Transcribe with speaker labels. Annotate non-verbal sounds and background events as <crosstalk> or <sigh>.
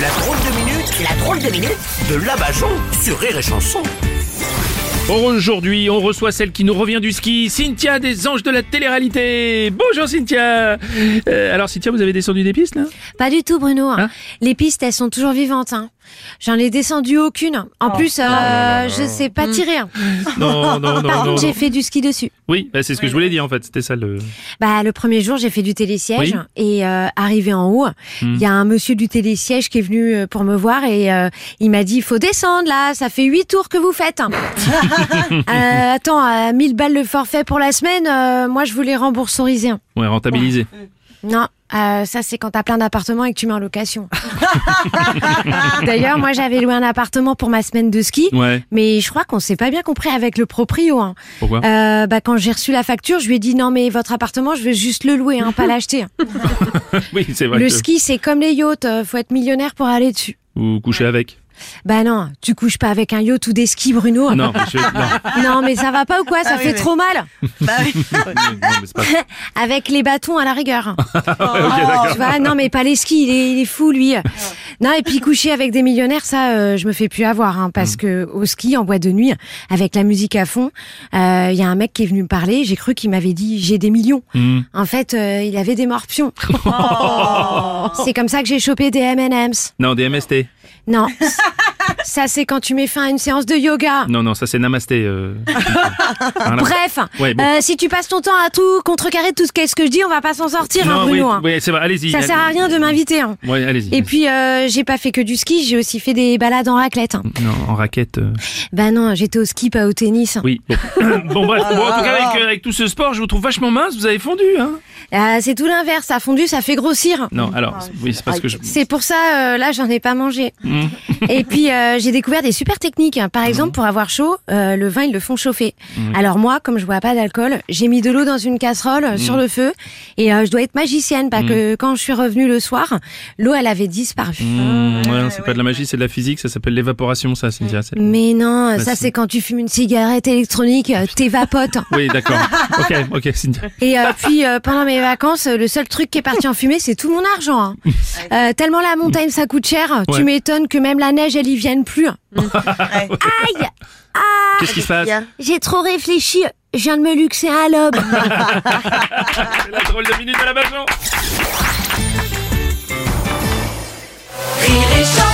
Speaker 1: La drôle de minute, la drôle de minute de Labajon sur Rire et Chanson.
Speaker 2: Aujourd'hui, on reçoit celle qui nous revient du ski, Cynthia des Anges de la télé-réalité. Bonjour Cynthia. Euh, alors Cynthia, vous avez descendu des
Speaker 3: <laughs>
Speaker 2: pistes là
Speaker 3: Pas du tout, Bruno. hein.
Speaker 2: Hein
Speaker 3: les pistes, elles sont toujours vivantes. hein. J'en ai descendu aucune.
Speaker 2: Ah.
Speaker 3: En plus, euh, je sais pas
Speaker 2: Hmm.
Speaker 3: tirer. hein.
Speaker 2: Non, non, non, non.
Speaker 3: Par contre,
Speaker 2: non.
Speaker 3: j'ai fait du ski dessus.
Speaker 2: Oui, bah, c'est ce que je voulais dire en fait. C'était ça le.
Speaker 3: Bah, le premier jour, j'ai fait du télésiège
Speaker 2: Oui. Hmm.
Speaker 3: et euh, arrivé en haut, il y a un monsieur du télésiège qui est venu euh, pour me voir et euh, il m'a dit, il faut descendre là, ça fait huit tours que vous faites. hein.
Speaker 2: <laughs>
Speaker 3: Euh, attends, à 1000 balles le forfait pour la semaine, euh, moi je voulais rembourser. hein.
Speaker 2: Ouais, rentabilisé.
Speaker 3: Non, euh, ça c'est quand t'as plein d'appartements et que tu mets
Speaker 2: <laughs>
Speaker 3: en location. D'ailleurs, moi j'avais loué un appartement pour ma semaine de ski.
Speaker 2: Ouais.
Speaker 3: Mais je crois qu'on s'est pas bien compris avec le proprio. hein.
Speaker 2: Pourquoi
Speaker 3: Euh, bah, quand j'ai reçu la facture, je lui ai dit non mais votre appartement, je vais juste le louer, hein,
Speaker 2: <laughs>
Speaker 3: pas l'acheter.
Speaker 2: Oui, c'est vrai.
Speaker 3: Le
Speaker 2: que
Speaker 3: ski, c'est comme les yachts, euh, faut être millionnaire pour aller dessus.
Speaker 2: Vous couchez
Speaker 3: <laughs>
Speaker 2: avec
Speaker 3: Bah non, tu couches pas avec un yacht ou des skis, Bruno.
Speaker 2: Non, monsieur, non, non,
Speaker 3: Non, mais ça va pas ou quoi Ça
Speaker 4: Ah oui,
Speaker 3: fait
Speaker 4: mais-
Speaker 3: trop mal.
Speaker 2: mais c'est pas.
Speaker 3: Avec les bâtons à la rigueur.
Speaker 2: Ouais, <laughs> ok, d'accord.
Speaker 3: Tu vois, non mais pas les skis, il est, il est fou lui. Non et puis coucher avec des millionnaires, ça euh, je me fais plus avoir hein,
Speaker 2: Mm.
Speaker 3: parce que au ski en boîte de nuit avec la musique à fond, euh, il y a un mec qui est venu me parler, j'ai cru qu'il m'avait dit j'ai des millions.
Speaker 2: Hmm.
Speaker 3: En fait, euh, il avait
Speaker 2: <laughs>
Speaker 3: des morpions.
Speaker 2: Oh.
Speaker 3: C'est comme ça que j'ai chopé des M&M's.
Speaker 2: Non, des MST. <laughs>
Speaker 3: Non. Ça c'est quand tu mets fin à une séance de yoga.
Speaker 2: Non, non, ça c'est namasté.
Speaker 3: <laughs>
Speaker 2: euh. Voilà.
Speaker 3: Bref,
Speaker 2: Ouais, bon.
Speaker 3: euh, si tu passes ton temps à tout contrecarrer tout ce qu'est-ce que je dis, on va pas s'en sortir, hein,
Speaker 2: Non, oui,
Speaker 3: Bruno. hein.
Speaker 2: oui, c'est vrai. Allez-y.
Speaker 3: Ça
Speaker 2: allez-
Speaker 3: sert à rien de m'inviter. hein.
Speaker 2: Ouais, allez-y.
Speaker 3: Et puis euh, j'ai pas fait que du ski, j'ai aussi fait des balades en raclette. hein.
Speaker 2: Non, en raquette. euh.
Speaker 3: Bah non, j'étais au ski pas au tennis. hein.
Speaker 2: Oui. Bon, Bon, <coughs> bref. Bon, en tout cas, avec, euh, avec tout ce sport, je vous trouve vachement mince. Vous avez fondu, hein
Speaker 3: Ah, c'est tout l'inverse, ça a fondu, ça fait grossir.
Speaker 2: Non, alors, oui, c'est parce que je.
Speaker 3: C'est pour ça, euh, là, j'en ai
Speaker 2: <laughs>
Speaker 3: pas mangé.
Speaker 2: Hmm.
Speaker 3: Et puis, euh, j'ai découvert des super techniques.
Speaker 2: Mhm.
Speaker 3: Par exemple, pour avoir chaud, euh, le vin, ils le font chauffer. Alors moi, comme je bois pas d'alcool, j'ai mis de l'eau dans une casserole euh,
Speaker 2: Mhm.
Speaker 3: sur le feu. Et euh, je dois être magicienne, parce que quand je suis revenue le soir, l'eau, elle avait disparu.
Speaker 2: Mmh, ouais, c'est
Speaker 4: ouais,
Speaker 2: pas de la magie, c'est de la physique, ça s'appelle l'évaporation, ça, Cynthia. c'est-
Speaker 3: Mais non, ça
Speaker 2: si.
Speaker 3: c'est quand tu fumes une cigarette électronique, euh, t'évapotes.
Speaker 2: Oui, d'accord. ok, ok, Cynthia.
Speaker 3: Et euh, puis euh, pendant mes vacances, euh, le seul truc qui est parti en fumée, c'est tout mon argent. hein. Euh, tellement la montagne ça coûte cher,
Speaker 2: Ouais.
Speaker 3: tu m'étonnes que même la neige elle y vienne plus. hein.
Speaker 2: Qu'est-ce qui se passe
Speaker 3: J'ai trop réfléchi, je viens de me luxer un lobe.
Speaker 2: C'est la drôle de minute à la maison.
Speaker 1: Rire et Chanson.